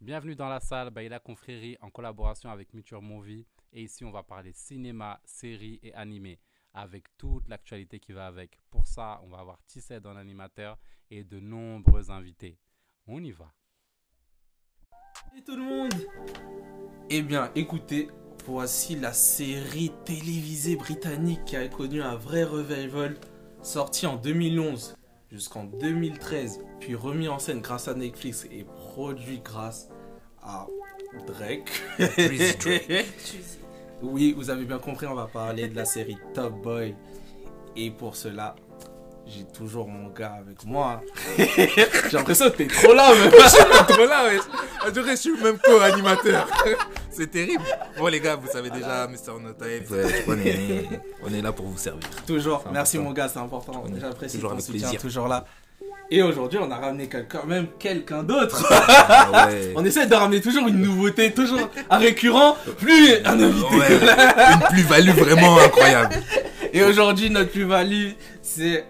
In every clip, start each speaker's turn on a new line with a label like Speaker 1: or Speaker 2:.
Speaker 1: Bienvenue dans la salle Baila Confrérie en collaboration avec Muture Movie. Et ici, on va parler cinéma, séries et animés avec toute l'actualité qui va avec. Pour ça, on va avoir Tisset dans l'animateur et de nombreux invités. On y va.
Speaker 2: Salut tout le monde Eh bien, écoutez, voici la série télévisée britannique qui a connu un vrai revival, sortie en 2011 jusqu'en 2013, puis remis en scène grâce à Netflix et produit grâce à Drake.
Speaker 3: Drizzy Drake.
Speaker 2: oui, vous avez bien compris, on va parler de la série Top Boy. Et pour cela, j'ai toujours mon gars avec moi. j'ai l'impression que t'es trop là, mais...
Speaker 3: Trop là, wesh. On dirait que je suis le même co-animateur. C'est terrible. Bon, les gars, vous savez déjà, Mr. No Time.
Speaker 4: Ouais, on, est, on est là pour vous servir.
Speaker 2: Toujours,
Speaker 4: C'est
Speaker 2: merci
Speaker 4: important.
Speaker 2: mon gars, c'est important.
Speaker 4: connais.
Speaker 2: J'apprécie
Speaker 4: Toujours
Speaker 2: ton
Speaker 4: avec
Speaker 2: soutien,
Speaker 4: plaisir.
Speaker 2: toujours là. Et aujourd'hui, on a ramené quelqu'un, même quelqu'un d'autre.
Speaker 4: Ah ouais.
Speaker 2: On essaie de ramener toujours une nouveauté, toujours un récurrent, plus un invité.
Speaker 3: Ouais, une plus-value vraiment incroyable.
Speaker 2: Et aujourd'hui, notre plus-value, c'est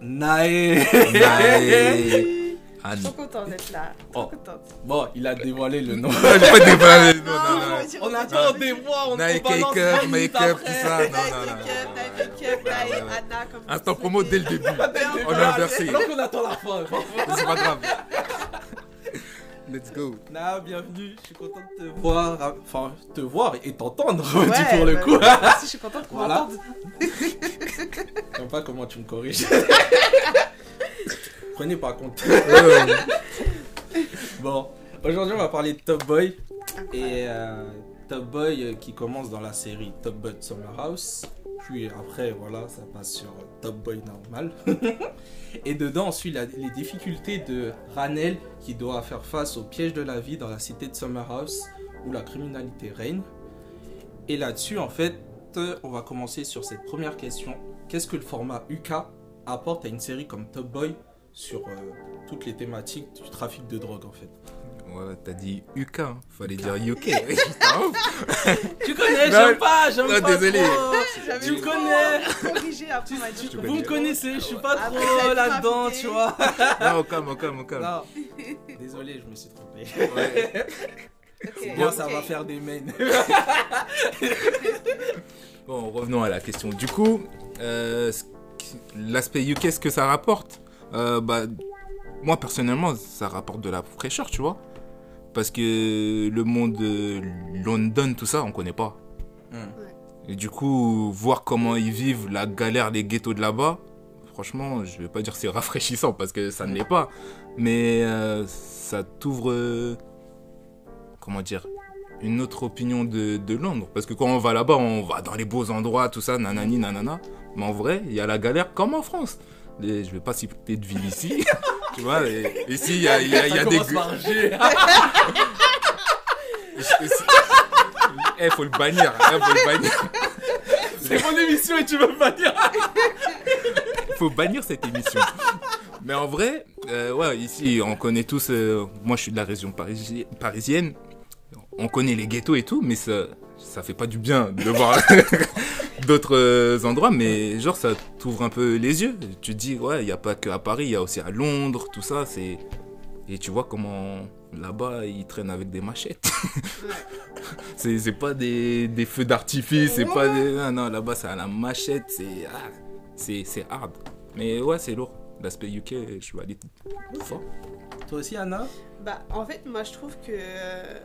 Speaker 2: Nae.
Speaker 4: Nae. Ah,
Speaker 5: Trop
Speaker 4: non.
Speaker 5: contente d'être là. Trop
Speaker 2: Oh.
Speaker 5: contente.
Speaker 2: Bon, il a dévoilé le nom.
Speaker 3: Je vais pas dévoiler. Non, non,
Speaker 5: Ah,
Speaker 3: non.
Speaker 2: On a dit
Speaker 3: Non.
Speaker 2: on dévoile, on
Speaker 3: Nike
Speaker 2: on balance
Speaker 3: Haker,
Speaker 2: vingt minutes
Speaker 3: Make Up,
Speaker 2: après.
Speaker 3: tout ça. Non, non, non.
Speaker 5: Nike Cup, Nike Anna, comme vous
Speaker 3: Instant
Speaker 5: le
Speaker 3: promo dès le
Speaker 5: souhaitez.
Speaker 3: début. Oh, On
Speaker 2: Voilà,
Speaker 3: a inversé.
Speaker 2: Alors qu'on attend la fin.
Speaker 3: Mais C'est pas grave. Let's go.
Speaker 2: Na, bienvenue, je suis content de te voir, enfin, te voir et t'entendre,
Speaker 5: Ouais,
Speaker 2: dis pour le
Speaker 5: bah,
Speaker 2: coup.
Speaker 5: moi aussi, je suis contente qu'on
Speaker 2: Voilà.
Speaker 5: m'entende.
Speaker 2: J'aime pas comment tu me corriges. Prenez pas compte. Bon, aujourd'hui on va parler de Top Boy. Et euh, Top Boy euh, qui commence dans la série Top Boy Summer House. Puis après, voilà, ça passe sur euh, Top Boy normal. et dedans, on suit la- les difficultés de Ranel qui doit faire face au piège de la vie dans la cité de Summer House où la criminalité règne. Et là-dessus, en fait, euh, on va commencer sur cette première question. Qu'est-ce que le format UK apporte à une série comme Top Boy sur euh, toutes les thématiques du trafic de drogue, en fait
Speaker 4: Ouais, t'as dit UK. hein. Fallait dire UK.
Speaker 3: Ah,
Speaker 2: Tu connais,
Speaker 3: Non,
Speaker 2: j'aime pas, j'aime
Speaker 3: non,
Speaker 2: pas
Speaker 3: désolé.
Speaker 2: trop.
Speaker 5: Ah, J'avais
Speaker 2: Tu
Speaker 5: trop
Speaker 2: connais.
Speaker 5: corrigé après, on m'a dit,
Speaker 3: Tu
Speaker 2: Vous me
Speaker 3: connais.
Speaker 2: connaissez, je suis pas
Speaker 5: Ah ouais.
Speaker 2: trop
Speaker 5: Après,
Speaker 2: là-dedans,
Speaker 5: trafiqué.
Speaker 2: tu vois.
Speaker 3: Non, au calme, au calme, au calme.
Speaker 2: Non. Désolé, je me suis trompé.
Speaker 5: Ok,
Speaker 2: Bien,
Speaker 5: ok.
Speaker 2: ça va faire des mains.
Speaker 4: Bon, revenons à la question. Du coup, euh, ce qui- l'aspect UK, ce que ça rapporte Euh, bah, Moi, personnellement, ça rapporte de la fraîcheur, tu vois. Parce que le monde euh, London, tout ça, on connaît pas.
Speaker 2: Hmm.
Speaker 4: Et du coup, voir comment ils vivent, la galère, les ghettos de là-bas, franchement, je vais pas dire que c'est rafraîchissant parce que ça ne l'est pas. Mais euh, ça t'ouvre. euh, comment dire une autre opinion de, de Londres. Parce que quand on va là-bas, on va dans les beaux endroits, tout ça, nanani, nanana. Mais en vrai, il y a la galère comme en France. Et je vais pas citer de ville ici. tu vois, et- ici, il y a, il y a- il y a
Speaker 2: Ça
Speaker 4: des.
Speaker 2: commence par un G.
Speaker 4: Eh, faut le bannir. eh, faut le bannir.
Speaker 2: C'est mon émission et tu veux pas dire.
Speaker 4: faut bannir cette émission. Mais en vrai, euh, ouais, ici, on connaît tous. euh, moi, je suis de la région parisi- parisienne. On connaît les ghettos et tout, mais ça, ça fait pas du bien de voir d'autres euh, endroits. Mais genre, ça t'ouvre un peu les yeux. Tu te dis, ouais, il n'y a pas que à Paris, il y a aussi à Londres, tout ça. C'est et tu vois comment là-bas ils traînent avec des machettes. c'est c'est pas des, des feux d'artifice, c'est pas des, non, non là-bas c'est à la machette, c'est ah, c'est c'est hard. Mais ouais, c'est lourd. L'aspect UK, je valide. Fort.
Speaker 2: Toi aussi, Anna
Speaker 5: Bah, en fait, moi, je trouve que. euh,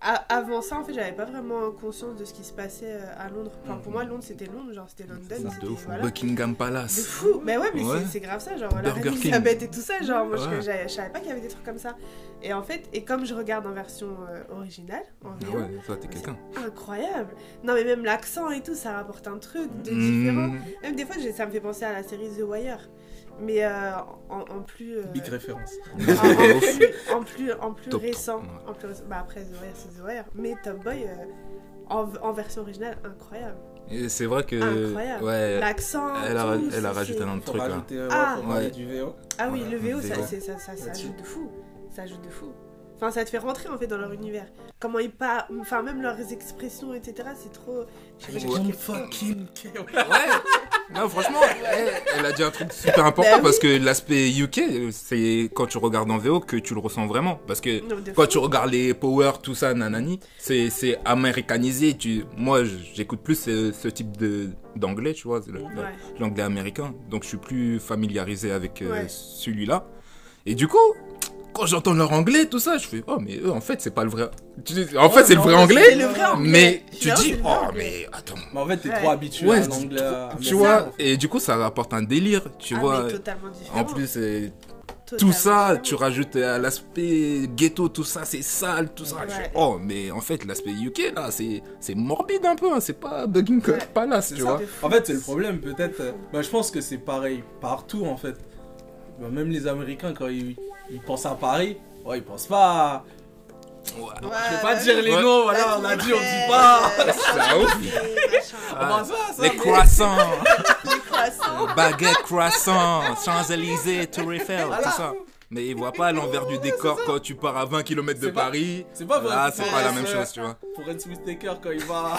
Speaker 5: a- Avant ça, en fait, j'avais pas vraiment conscience de ce qui se passait euh, à Londres.
Speaker 3: Mm.
Speaker 5: Enfin, pour moi, Londres, c'était Londres, genre c'était London, c'était
Speaker 4: De ouf.
Speaker 5: voilà.
Speaker 4: Buckingham
Speaker 5: De
Speaker 4: Palace.
Speaker 5: fou Mais ouais, mais
Speaker 4: Ouais.
Speaker 5: c'est- c'est grave ça, genre la
Speaker 4: Burger
Speaker 5: reine
Speaker 4: King.
Speaker 5: Elisabeth et tout ça, genre moi je-
Speaker 4: Ouais.
Speaker 5: j'avais- je savais pas qu'il y avait des trucs comme ça. Et en fait, et comme je regarde en version euh, originale, en
Speaker 4: Ah
Speaker 5: VO,
Speaker 4: ouais, toi t'es quelqu'un.
Speaker 5: incroyable Non mais même l'accent et tout, ça rapporte un truc de différent.
Speaker 4: Mmh.
Speaker 5: Même des fois, j'ai- ça me fait penser à la série The Wire, mais euh, en, en plus... euh,
Speaker 2: Big référence.
Speaker 5: en,
Speaker 4: De
Speaker 5: en
Speaker 4: ouf.
Speaker 5: plus, en plus, en plus
Speaker 4: Top.
Speaker 5: récent,
Speaker 4: Ouais.
Speaker 5: en plus récent. Bah après The Wire, c'est The Wire, mais Top Boy... euh, en, en version originale, incroyable.
Speaker 4: Et C'est vrai que
Speaker 5: Incroyable.
Speaker 4: ouais,
Speaker 5: L'accent.
Speaker 4: elle a,
Speaker 5: tout,
Speaker 4: elle a
Speaker 5: c'est-
Speaker 4: rajouté un
Speaker 2: Faut
Speaker 4: truc hein. là.
Speaker 2: rajouter, euh,
Speaker 5: Ah.
Speaker 2: ouais, faut parler
Speaker 4: Ouais.
Speaker 2: du VO.
Speaker 5: Ah oui,
Speaker 4: Voilà,
Speaker 5: le VO,
Speaker 4: des
Speaker 5: ça,
Speaker 4: gros.
Speaker 5: c'est- ça, ça, ça
Speaker 2: Là-dessus.
Speaker 5: ajoute de fou. Ça ajoute de fou. Enfin, ça te fait rentrer en fait dans leur univers. Comment ils parlent, enfin, même leurs expressions, etc. C'est trop. je sais pas, j'ai-
Speaker 2: Fucking
Speaker 4: Ouais. Non, franchement, elle, elle a dit un truc super important
Speaker 5: Bah oui.
Speaker 4: parce que l'aspect UK, c'est quand tu regardes en VO que tu le ressens vraiment. Parce que
Speaker 5: Non, de
Speaker 4: quand
Speaker 5: fou.
Speaker 4: tu regardes les Power, tout ça, nanani, c'est c'est américanisé. Tu, moi, j'écoute plus ce, ce type de d'anglais, tu vois, le-
Speaker 5: Ouais.
Speaker 4: l'anglais américain. Donc, je suis plus familiarisé avec euh,
Speaker 5: Ouais.
Speaker 4: celui-là. Et du coup, quand j'entends leur anglais, tout ça, je fais oh, mais eux, en fait, c'est pas le vrai. tu sais, en fait, c'est le vrai
Speaker 5: C'est
Speaker 4: anglais.
Speaker 5: le vrai anglais.
Speaker 4: Mais tu
Speaker 5: Finalement,
Speaker 4: dis
Speaker 5: c'est le vrai
Speaker 4: oh,
Speaker 5: anglais.
Speaker 4: mais attends.
Speaker 2: Mais en fait, t'es
Speaker 5: Ouais.
Speaker 2: trop habitué
Speaker 4: Ouais,
Speaker 2: à l'anglais.
Speaker 4: Tu
Speaker 2: américain.
Speaker 4: vois, et du coup, ça rapporte un délire, tu
Speaker 5: Ah,
Speaker 4: vois.
Speaker 5: mais totalement différent.
Speaker 4: En plus, euh, tout
Speaker 5: Totalement
Speaker 4: ça,
Speaker 5: différent.
Speaker 4: tu rajoutes à l'aspect ghetto, tout ça, c'est sale, tout ça.
Speaker 5: Ouais.
Speaker 4: Je fais, oh, mais en fait, l'aspect UK, là, c'est c'est morbide un peu, hein, c'est pas Bugging
Speaker 5: Ouais.
Speaker 4: Palace, tu
Speaker 5: Ça,
Speaker 4: vois.
Speaker 5: de fou.
Speaker 2: En fait, c'est le problème, peut-être. euh, Bah, je pense que c'est pareil partout, en fait. Bah, même les Américains, quand ils, ils pensent à Paris, ouais, ils pensent pas. à-
Speaker 4: Ouais.
Speaker 5: Ouais,
Speaker 2: Je vais
Speaker 5: bah
Speaker 2: pas
Speaker 5: oui.
Speaker 2: dire les
Speaker 4: Ouais.
Speaker 2: noms, voilà, on a dit, on dit pas.
Speaker 4: Ça, ouf.
Speaker 5: Machin.
Speaker 2: On
Speaker 4: Ah,
Speaker 2: pense pas à ça,
Speaker 4: les
Speaker 2: mais-
Speaker 4: croissants,
Speaker 5: Croissant.
Speaker 4: baguettes croissants, Champs-Élysées, Tour Eiffel, tout ça. Mais ils voient pas l'envers du décor quand tu pars à 20 km de
Speaker 2: C'est pas-
Speaker 4: Paris.
Speaker 2: c'est pas vrai.
Speaker 4: Là, c'est
Speaker 2: Ouais,
Speaker 4: pas la
Speaker 2: c'est
Speaker 4: même
Speaker 2: vrai.
Speaker 4: chose, tu vois.
Speaker 2: Pour Red Whittaker, quand il va.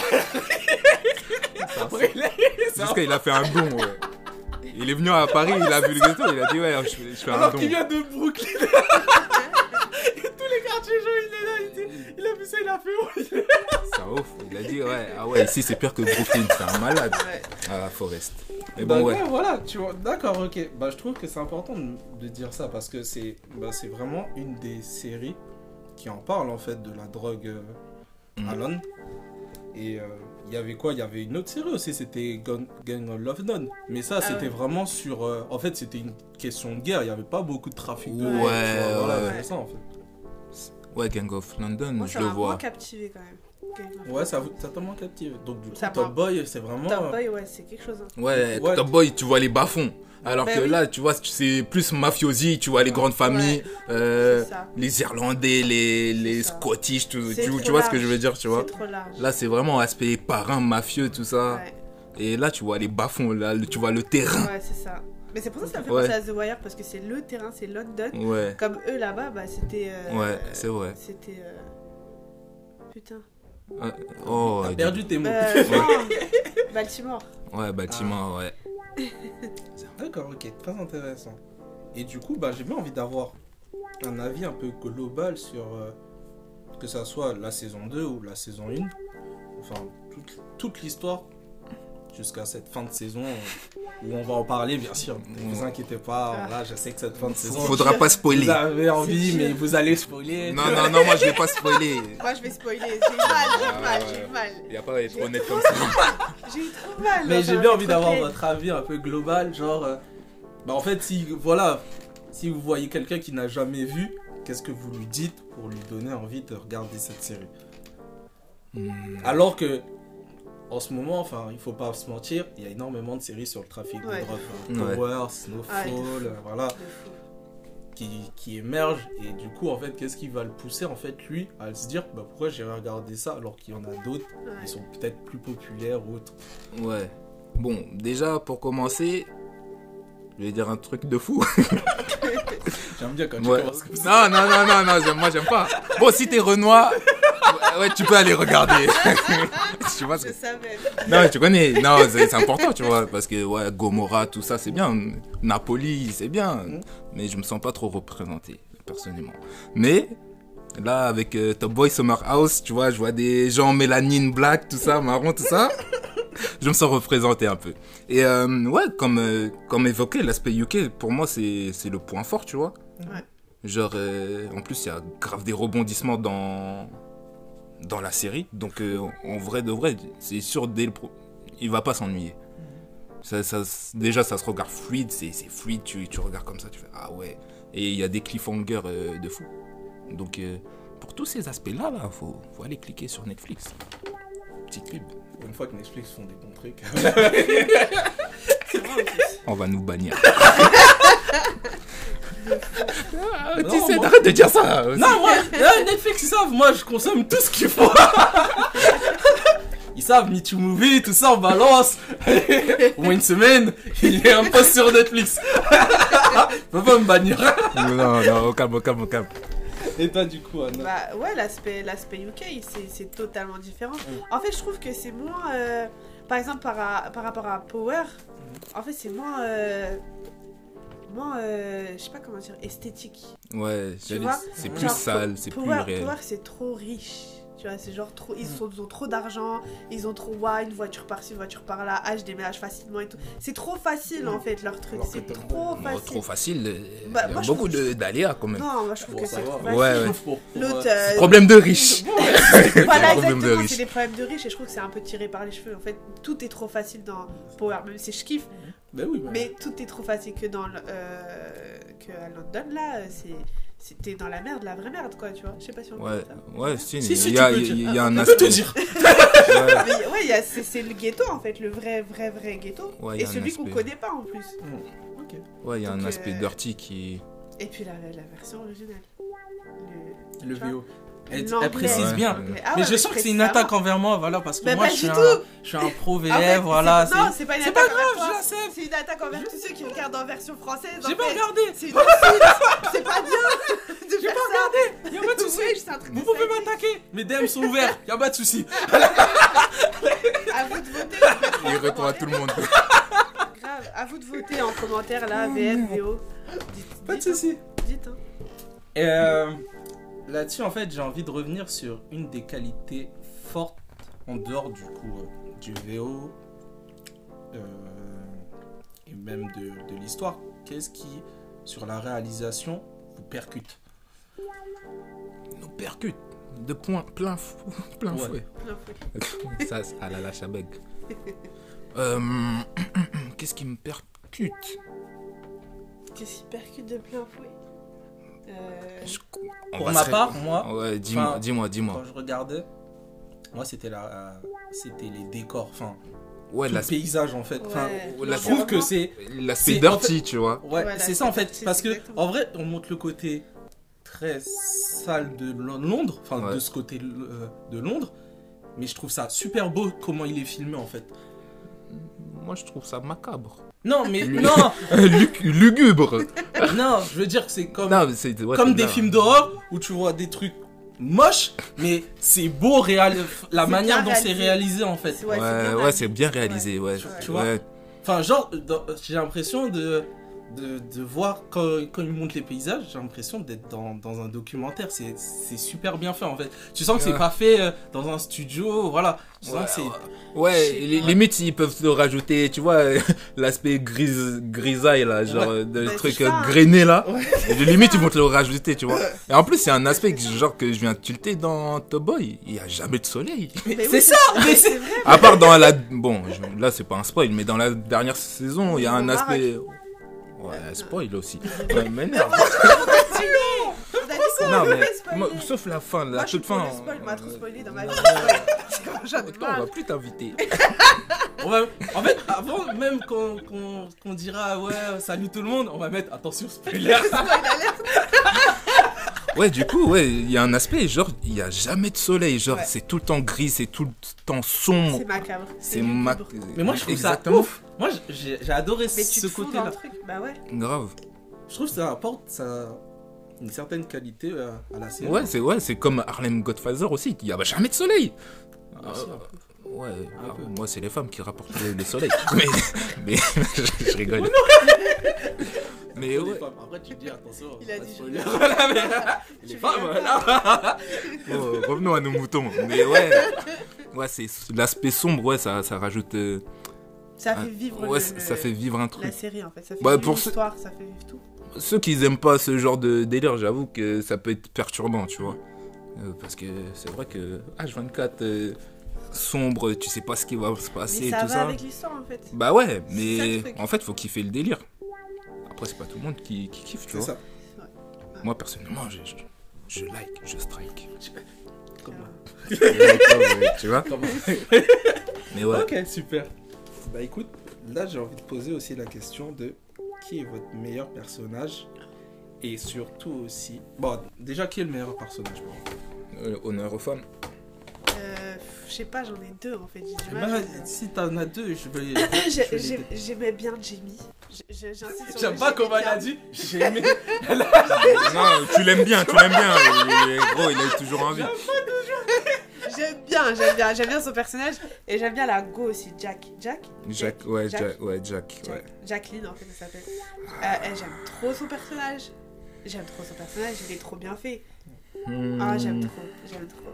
Speaker 4: C'est juste qu'il a fait un don, ouais. Il est venu à Paris, il a vu le ghetto, il a dit, ouais, je, fais- je fais un
Speaker 2: Alors
Speaker 4: don.
Speaker 2: qu'il vient de Brooklyn. Et tous les quartiers jaunes, il est là, il, dit- il a vu ça, il a fait où
Speaker 4: C'est un ouf. Il a dit, ouais, ah ouais, ici c'est pire que Brooklyn, c'est un malade.
Speaker 5: Ouais.
Speaker 4: Ah, Forest. Mais
Speaker 2: Bah
Speaker 4: bon, ben ouais.
Speaker 2: voilà, tu vois. D'accord, ok. Bah, je trouve que c'est important de, de dire ça parce que c'est bah, c'est vraiment une des séries qui en parle en fait de la drogue euh,
Speaker 4: Mm.
Speaker 2: à Londres. Et euh, il y avait quoi Il y avait une autre série aussi, c'était Gun- Gang of London. Mais ça, c'était
Speaker 5: Ah ouais.
Speaker 2: vraiment sur. euh, en fait, c'était une question de guerre. Il n'y avait pas beaucoup de trafic de
Speaker 4: Ouais,
Speaker 2: drogue, tu vois, voilà,
Speaker 4: ouais.
Speaker 2: c'est ça, en fait.
Speaker 4: Ouais, Gang of London,
Speaker 5: Moi,
Speaker 4: je
Speaker 5: ça
Speaker 4: le
Speaker 5: m'a vraiment
Speaker 4: vois.
Speaker 5: captivé quand même. Quelque chose.
Speaker 2: Ouais, ça vous- ça t'a vraiment captivé. Donc, du coup,
Speaker 5: Ça m'a-
Speaker 2: Top Boy, c'est vraiment.
Speaker 5: Top
Speaker 2: euh,
Speaker 5: Boy, ouais, c'est quelque chose. hein.
Speaker 4: Ouais,
Speaker 2: Ouais.
Speaker 4: Top Boy, tu vois les bas-fonds. Alors
Speaker 5: Bah
Speaker 4: que
Speaker 5: oui.
Speaker 4: là, tu vois, c'est plus mafiosi, tu vois les grandes familles,
Speaker 5: Ouais,
Speaker 4: euh,
Speaker 5: c'est ça.
Speaker 4: les Irlandais, les, les
Speaker 5: C'est ça.
Speaker 4: Scottish, tu,
Speaker 5: C'est
Speaker 4: tu-
Speaker 5: trop
Speaker 4: tu vois ce que
Speaker 5: large.
Speaker 4: je veux dire, tu vois. Ah.
Speaker 5: C'est trop large.
Speaker 4: Là, c'est vraiment aspect parrain, mafieux, tout ça.
Speaker 5: Ouais,
Speaker 4: Et là, tu vois les bas-fonds, là, le- tu vois le terrain.
Speaker 5: ouais c'est ça. Mais c'est pour ça que ça me fait
Speaker 4: Ouais.
Speaker 5: penser à The Wire parce que c'est le terrain, c'est London.
Speaker 4: Ouais,
Speaker 5: Comme eux là-bas, bah c'était. euh,
Speaker 4: ouais, c'est vrai.
Speaker 5: C'était. euh, Putain.
Speaker 4: Ah, Oh,
Speaker 2: T'as
Speaker 4: ouais,
Speaker 2: perdu tes mots.
Speaker 5: Euh, non, Baltimore.
Speaker 4: ouais, bâtiment,
Speaker 5: Ah.
Speaker 4: ouais.
Speaker 2: D'accord, ok, très intéressant. Et du coup, bah, j'ai bien envie d'avoir un avis un peu global sur euh, que ça soit la saison 2 ou la saison 1. Enfin, toute, toute l'histoire jusqu'à cette fin de saison euh, où on va en parler, bien sûr. Ne vous inquiétez pas, là, je sais que cette fin de saison.
Speaker 4: Ah. Faudra pas
Speaker 2: Vous
Speaker 4: spoiler.
Speaker 2: avez envie,
Speaker 5: dur.
Speaker 2: mais vous allez spoiler.
Speaker 4: Non, non, non, moi je vais pas spoiler.
Speaker 5: Moi je vais spoiler. J'ai eu Ah, mal, j'ai eu mal, j'ai eu mal.
Speaker 4: Il a pas à être honnête comme ça.
Speaker 5: J'ai eu trop mal.
Speaker 2: Mais
Speaker 5: là,
Speaker 2: j'ai
Speaker 5: ça
Speaker 2: bien
Speaker 5: m'a
Speaker 2: envie d'avoir
Speaker 5: choquée.
Speaker 2: votre avis un peu global, genre, euh, bah en fait, si voilà, si vous voyez quelqu'un qui n'a jamais vu, qu'est-ce que vous lui dites pour lui donner envie de regarder cette série
Speaker 5: Hmm.
Speaker 2: Alors que, en ce moment, enfin, il faut pas se mentir, il y a énormément de séries sur le trafic
Speaker 5: Ouais.
Speaker 2: de drogue, hein.
Speaker 4: Ouais.
Speaker 2: Power, Snowfall,
Speaker 5: Ouais, de fou.
Speaker 2: euh, voilà,
Speaker 5: De fou.
Speaker 2: qui, qui émergent et du coup, en fait, qu'est-ce qui va le pousser, en fait, lui, à se dire, bah pourquoi j'irai regarder ça alors qu'il y en a d'autres,
Speaker 5: Ouais.
Speaker 2: ils sont peut-être plus populaires ou autres.
Speaker 4: Ouais. Bon, déjà pour commencer, je vais dire un truc de fou.
Speaker 2: J'aime bien quand tu
Speaker 4: Ouais.
Speaker 2: commences comme ça.
Speaker 4: Non, non, non, non, non, j'aime- moi j'aime pas. Bon, si t'es Renoir, ouais, ouais, tu peux aller regarder. tu vois ce que
Speaker 5: Je savais.
Speaker 4: Non, tu connais. Non, c'est c'est important, tu vois, parce que ouais, Gomorrah, tout ça, c'est bien. Napoli, c'est bien. Mais je me sens pas trop représenté, personnellement. Mais là, avec euh, Top Boy Summer House, tu vois, je vois des gens mélanine, black, tout ça, marron, tout ça. Je me sens représenté un peu. Et euh, ouais, comme, euh, comme évoqué, l'aspect UK, pour moi, c'est c'est le point fort, tu vois.
Speaker 5: Ouais.
Speaker 4: Genre, euh, en plus, il y a grave des rebondissements dans, dans la série. Donc, euh, en vrai de vrai, c'est sûr, dès le pro- il va pas s'ennuyer. Ça, ça- déjà, ça se regarde fluide, c'est c'est fluide, tu, tu regardes comme ça, tu fais Ah ouais. Et il y a des cliffhangers euh, de fou. Donc, euh, pour tous ces aspects-là, il faut, faut aller cliquer sur Netflix. Petite pub.
Speaker 2: Une fois que Netflix font des bons trucs.
Speaker 5: C'est vrai, en plus.
Speaker 4: On va nous bannir. Ah,
Speaker 2: Non,
Speaker 4: tu sais,
Speaker 2: moi-
Speaker 4: arrête de dire ça.
Speaker 2: Non, moi, euh, Netflix, ils savent, moi, je consomme tout ce qu'ils font. Ils savent, Me Too Movie, tout ça, on balance. Au moins une semaine, il est un post sur Netflix. Faut pas me bannir.
Speaker 4: non, non, au calme, au calme, au calme.
Speaker 2: Et toi, du coup, Anna
Speaker 5: Bah ouais, l'aspect l'aspect UK, c'est- c'est
Speaker 2: Mm.
Speaker 5: totalement différent. En fait, je trouve que c'est moins... euh, par exemple, par, a- par rapport à Power,
Speaker 2: Mm.
Speaker 5: En fait, c'est moins. euh, moins. euh, je sais pas comment dire, esthétique.
Speaker 4: Ouais, j'allais-
Speaker 5: vois,
Speaker 4: c'est
Speaker 5: genre,
Speaker 4: plus sale, c'est plus
Speaker 5: Power,
Speaker 4: réel.
Speaker 5: Power, c'est trop riche. Tu vois, c'est genre trop. Ils, sont, ils ont trop d'argent, ils ont trop. Ouah, une voiture par-ci, une voiture par-là, ah, je déménage facilement et tout. C'est trop facile en fait, leur truc.
Speaker 2: Alors que
Speaker 5: C'est
Speaker 2: t'as-
Speaker 5: trop
Speaker 4: Bon,
Speaker 5: facile.
Speaker 4: trop facile, euh,
Speaker 5: Bah,
Speaker 4: il y a
Speaker 5: moi, je
Speaker 4: beaucoup
Speaker 5: trouve-
Speaker 4: de- d'aléas quand même.
Speaker 5: Non, moi je trouve
Speaker 2: Bon,
Speaker 5: que
Speaker 2: ça
Speaker 5: c'est
Speaker 2: va.
Speaker 5: trop
Speaker 2: Ouais,
Speaker 4: ouais.
Speaker 5: facile.
Speaker 2: Pour- pour,
Speaker 5: L'autre,
Speaker 2: euh,
Speaker 5: euh,
Speaker 4: Problème de riche.
Speaker 5: voilà,
Speaker 4: Problème de
Speaker 5: exactement,
Speaker 4: riche.
Speaker 5: c'est des problèmes de riches et je trouve que c'est un peu tiré par les cheveux. En fait, tout est trop facile dans Power, même si je kiffe,
Speaker 2: Ben oui, ben-
Speaker 5: mais tout est trop facile que dans le- euh, que à London là, euh, c'est c'était dans la merde, la vraie merde quoi, tu vois. Je sais pas si on
Speaker 4: Ouais,
Speaker 5: peut dire
Speaker 4: ouais, si,
Speaker 2: Si, si,
Speaker 4: il y a,
Speaker 2: tu peux
Speaker 4: il y a-
Speaker 2: dire.
Speaker 4: il y a un
Speaker 2: On peut tout
Speaker 4: aspect.
Speaker 2: dire.
Speaker 5: ça. Mais ouais, il y a- c'est c'est le ghetto en fait, le vrai vrai vrai ghetto
Speaker 4: Ouais, il y
Speaker 5: et
Speaker 4: a un
Speaker 5: celui qu'on
Speaker 4: aspect.
Speaker 5: connaît pas en plus.
Speaker 4: Ouais, il y a un
Speaker 5: Donc, euh,
Speaker 4: aspect dirty qui.
Speaker 5: Et puis la, la version originelle. Le-
Speaker 2: Le
Speaker 5: tu vois.
Speaker 2: VO. Elle,
Speaker 5: L'anglais.
Speaker 2: elle précise
Speaker 4: Ouais.
Speaker 2: bien.
Speaker 5: ah
Speaker 2: mais
Speaker 5: ouais,
Speaker 2: je sens que c'est une
Speaker 5: ça
Speaker 2: attaque
Speaker 5: va.
Speaker 2: envers moi, voilà, parce que
Speaker 5: Mais
Speaker 2: moi
Speaker 5: pas
Speaker 2: je,
Speaker 5: bah, du
Speaker 2: suis un,
Speaker 5: tout.
Speaker 2: je suis un pro
Speaker 5: En fait,
Speaker 2: VF, voilà.
Speaker 5: c'est- Non,
Speaker 2: c'est-
Speaker 5: c'est pas une
Speaker 2: C'est
Speaker 5: attaque.
Speaker 2: pas
Speaker 5: envers
Speaker 2: grave,
Speaker 5: toi.
Speaker 2: je l'accepte.
Speaker 5: C'est une attaque envers tous ceux qui regardent en version française. en
Speaker 2: J'ai pas
Speaker 5: fait.
Speaker 2: regardé.
Speaker 5: C'est une insulte. C'est pas bien de faire ça.
Speaker 2: Y'a pas de souci.
Speaker 5: Oui, c'est un truc
Speaker 2: Vous
Speaker 5: de
Speaker 2: pouvez
Speaker 5: sadique.
Speaker 2: m'attaquer. Mes DM sont ouverts. Y'a pas de souci.
Speaker 5: À vous de voter.
Speaker 4: Il répond à tout le monde.
Speaker 5: Grave. À vous de voter en commentaire là, VF, VO. Dites-
Speaker 2: Oh, Pas de
Speaker 5: dites, hein.
Speaker 2: souci.
Speaker 5: Dites, hein.
Speaker 2: Et, euh, Là-dessus, en fait, j'ai envie de revenir sur une des qualités fortes en dehors du coup euh, du VO euh, et même de, de l'histoire. Qu'est-ce qui, sur la réalisation, vous percute
Speaker 4: Nous percute de point plein, fou, plein
Speaker 2: Ouais.
Speaker 4: fouet.
Speaker 5: Non, faut-
Speaker 4: Ça, c'est à la lâche à bug. Euh, Qu'est-ce qui me percute
Speaker 5: Qu'est-ce qui percute de plein fouet Euh,
Speaker 4: Je- on
Speaker 2: Pour
Speaker 4: va
Speaker 2: ma
Speaker 4: se-
Speaker 2: part, moi,
Speaker 4: Ouais, dis-moi,
Speaker 2: enfin,
Speaker 4: dis-moi, dis-moi.
Speaker 2: quand je regardais, moi c'était la, euh, c'était les décors, enfin
Speaker 4: Ouais,
Speaker 2: tout le
Speaker 4: l'as-
Speaker 2: paysage en fait. Enfin,
Speaker 5: ouais.
Speaker 4: la-
Speaker 2: je trouve que c'est
Speaker 4: l'aspect
Speaker 2: C'est-
Speaker 4: dirty, tu vois.
Speaker 2: Ouais,
Speaker 5: Voilà,
Speaker 2: c'est ça en fait.
Speaker 5: c'est
Speaker 2: Parce que,
Speaker 5: exactement.
Speaker 2: en vrai, on montre le côté très sale de Lo- Londres, enfin
Speaker 4: Ouais.
Speaker 2: de ce côté euh, de Londres. Mais je trouve ça super beau comment il est filmé en fait.
Speaker 4: Moi, je trouve ça macabre.
Speaker 2: Non, mais
Speaker 4: Lui.
Speaker 2: non,
Speaker 4: Lu- Lugubre.
Speaker 2: non, je veux dire que c'est comme,
Speaker 4: Non, mais c'est- ouais,
Speaker 2: comme
Speaker 4: c'est
Speaker 2: des
Speaker 4: là.
Speaker 2: films d'horreur où tu vois des trucs moches, mais c'est beau, réal... la
Speaker 5: C'est
Speaker 2: manière dont
Speaker 5: bien
Speaker 2: c'est
Speaker 5: réalisé.
Speaker 2: réalisé en fait.
Speaker 5: c'est-
Speaker 4: Ouais,
Speaker 5: bien
Speaker 4: ouais, c'est bien réalisé, ouais.
Speaker 5: Ouais.
Speaker 2: Tu vois
Speaker 4: Ouais.
Speaker 2: Enfin, genre, dans- j'ai l'impression de, de, de voir quand, quand ils montrent les paysages, j'ai l'impression d'être dans, dans un documentaire. C'est c'est super bien fait en fait. Tu sens que c'est
Speaker 4: Ouais.
Speaker 2: pas fait euh, dans un studio, voilà. Tu sens
Speaker 4: Ouais,
Speaker 2: que c'est.
Speaker 4: Ouais,
Speaker 5: Je sais
Speaker 4: les,
Speaker 5: pas.
Speaker 4: limite ils peuvent se rajouter, tu vois, l'aspect gris, grisaille là, genre euh, de
Speaker 5: Bah,
Speaker 4: truc
Speaker 5: c'est ça.
Speaker 4: grainé là. Et limite ils vont te le rajouter, tu vois. Et en plus, il y a un aspect que, genre que je viens de tilter dans Top Boy, il y a jamais de soleil.
Speaker 5: Mais
Speaker 2: C'est
Speaker 5: oui,
Speaker 2: ça mais c'est-
Speaker 5: C'est vrai.
Speaker 4: À part dans la bon, je- là c'est pas un spoil, mais dans la dernière saison, il y a un
Speaker 5: Au Maroc.
Speaker 4: aspect Ouais, spoil aussi. Ouais, m'énerve.
Speaker 5: On a dit qu'on
Speaker 4: Non,
Speaker 5: voulait
Speaker 4: mais
Speaker 5: spoiler.
Speaker 4: moi, sauf la fin, la
Speaker 5: Moi, je suis
Speaker 4: toute fin. euh,
Speaker 5: pour le spoil, on m'a trop spoilé dans ma vie. J'en
Speaker 4: Toi,
Speaker 5: ai
Speaker 4: on
Speaker 5: marre.
Speaker 4: va plus t'inviter.
Speaker 2: on va- En fait, avant même qu'on qu'on- qu'on dira ouais, salut tout le monde, on va mettre attention spoiler.
Speaker 4: Ouais, du coup, ouais, il y a un aspect, genre, il n'y a jamais de soleil, genre,
Speaker 5: Ouais.
Speaker 4: c'est tout le temps gris, c'est tout le temps sombre.
Speaker 5: C'est macabre.
Speaker 4: C'est ma...
Speaker 2: Mais moi je trouve
Speaker 4: Exactement.
Speaker 2: ça ouf. Moi j'ai j'ai adoré
Speaker 5: Mais tu
Speaker 2: ce
Speaker 5: te fous dans
Speaker 2: côté-là.
Speaker 5: le truc. Bah ouais.
Speaker 4: Grave.
Speaker 2: Je trouve que ça apporte ça... une certaine qualité euh, à la série.
Speaker 4: Ouais, c'est ouais, c'est comme Harlem Godfather aussi, il n'y a jamais de soleil. Euh,
Speaker 2: Ah, si, un
Speaker 4: Ouais, alors,
Speaker 2: peu.
Speaker 4: moi, c'est les femmes qui rapportent le, le soleil. mais, mais je, je rigole.
Speaker 2: peu.
Speaker 4: mais
Speaker 2: Les
Speaker 4: ouais,
Speaker 2: femmes. Après tu dis attention.
Speaker 5: Il a
Speaker 2: pas
Speaker 5: dit, je-
Speaker 2: spoiler. Voilà, mais-
Speaker 5: Tu
Speaker 2: Les
Speaker 5: fais
Speaker 2: femmes,
Speaker 5: gaffe.
Speaker 2: voilà.
Speaker 4: oh, revenons à nos moutons. Mais ouais, ouais c'est l'aspect sombre, ouais, ça, ça rajoute. euh,
Speaker 5: Ça
Speaker 4: un-
Speaker 5: fait vivre
Speaker 4: ouais,
Speaker 5: le-
Speaker 4: ça-
Speaker 5: le-
Speaker 4: ça fait vivre un
Speaker 5: la
Speaker 4: truc.
Speaker 5: série en fait. Ça fait
Speaker 4: Bah,
Speaker 5: vivre
Speaker 4: pour ce-
Speaker 5: l'histoire, ça fait vivre tout.
Speaker 4: ceux qui aiment pas ce genre de délire, j'avoue que ça peut être perturbant, tu vois. Euh, parce que c'est vrai que H24 euh, sombre, tu sais pas ce qui va se passer
Speaker 5: Mais
Speaker 4: et
Speaker 5: ça
Speaker 4: tout
Speaker 5: va
Speaker 4: ça.
Speaker 5: avec l'histoire en fait.
Speaker 4: Bah ouais,
Speaker 5: C'est ça, le
Speaker 4: mais
Speaker 5: truc.
Speaker 4: en fait, faut kiffer le délire. Après, c'est pas tout le monde qui, qui kiffe, tu
Speaker 2: C'est
Speaker 4: vois.
Speaker 2: ça.
Speaker 4: Moi, personnellement, je, je, je like, je strike.
Speaker 2: Comment
Speaker 4: tu vois Mais ouais.
Speaker 2: Ok, super. Bah écoute, là j'ai envie de poser aussi la question de qui est votre meilleur personnage et surtout aussi. Bon, déjà qui est le meilleur personnage bon.
Speaker 4: Euh, honneur aux femmes.
Speaker 5: Euh, pff, Je sais pas, j'en ai deux en fait. J'ai du
Speaker 2: Eh ben,
Speaker 5: mal.
Speaker 2: si t'en as deux, je vais. je vais
Speaker 5: J'ai-
Speaker 2: les-
Speaker 5: j'ai- J'aimais bien Jamie. J'ai- j'ai- j'insiste sur
Speaker 2: J'aime
Speaker 5: le
Speaker 2: pas
Speaker 5: j'aimais
Speaker 2: comment elle a
Speaker 5: bien.
Speaker 2: dit. J'ai aimé.
Speaker 4: non, tu l'aimes bien, tu l'aimes bien. Il est- Gros, il a toujours envie.
Speaker 5: J'aime bien, j'aime bien, j'aime bien son personnage et j'aime bien la go aussi, Jack. Jack
Speaker 4: Jack, ouais,
Speaker 5: Jack.
Speaker 4: Jack, ouais, Jack,
Speaker 5: Jack-
Speaker 4: ouais.
Speaker 5: Jacqueline en fait, ça s'appelle. Euh, et j'aime trop son personnage. J'aime trop son personnage, il est trop bien fait.
Speaker 4: Hmm.
Speaker 5: Ah, j'aime trop, j'aime trop.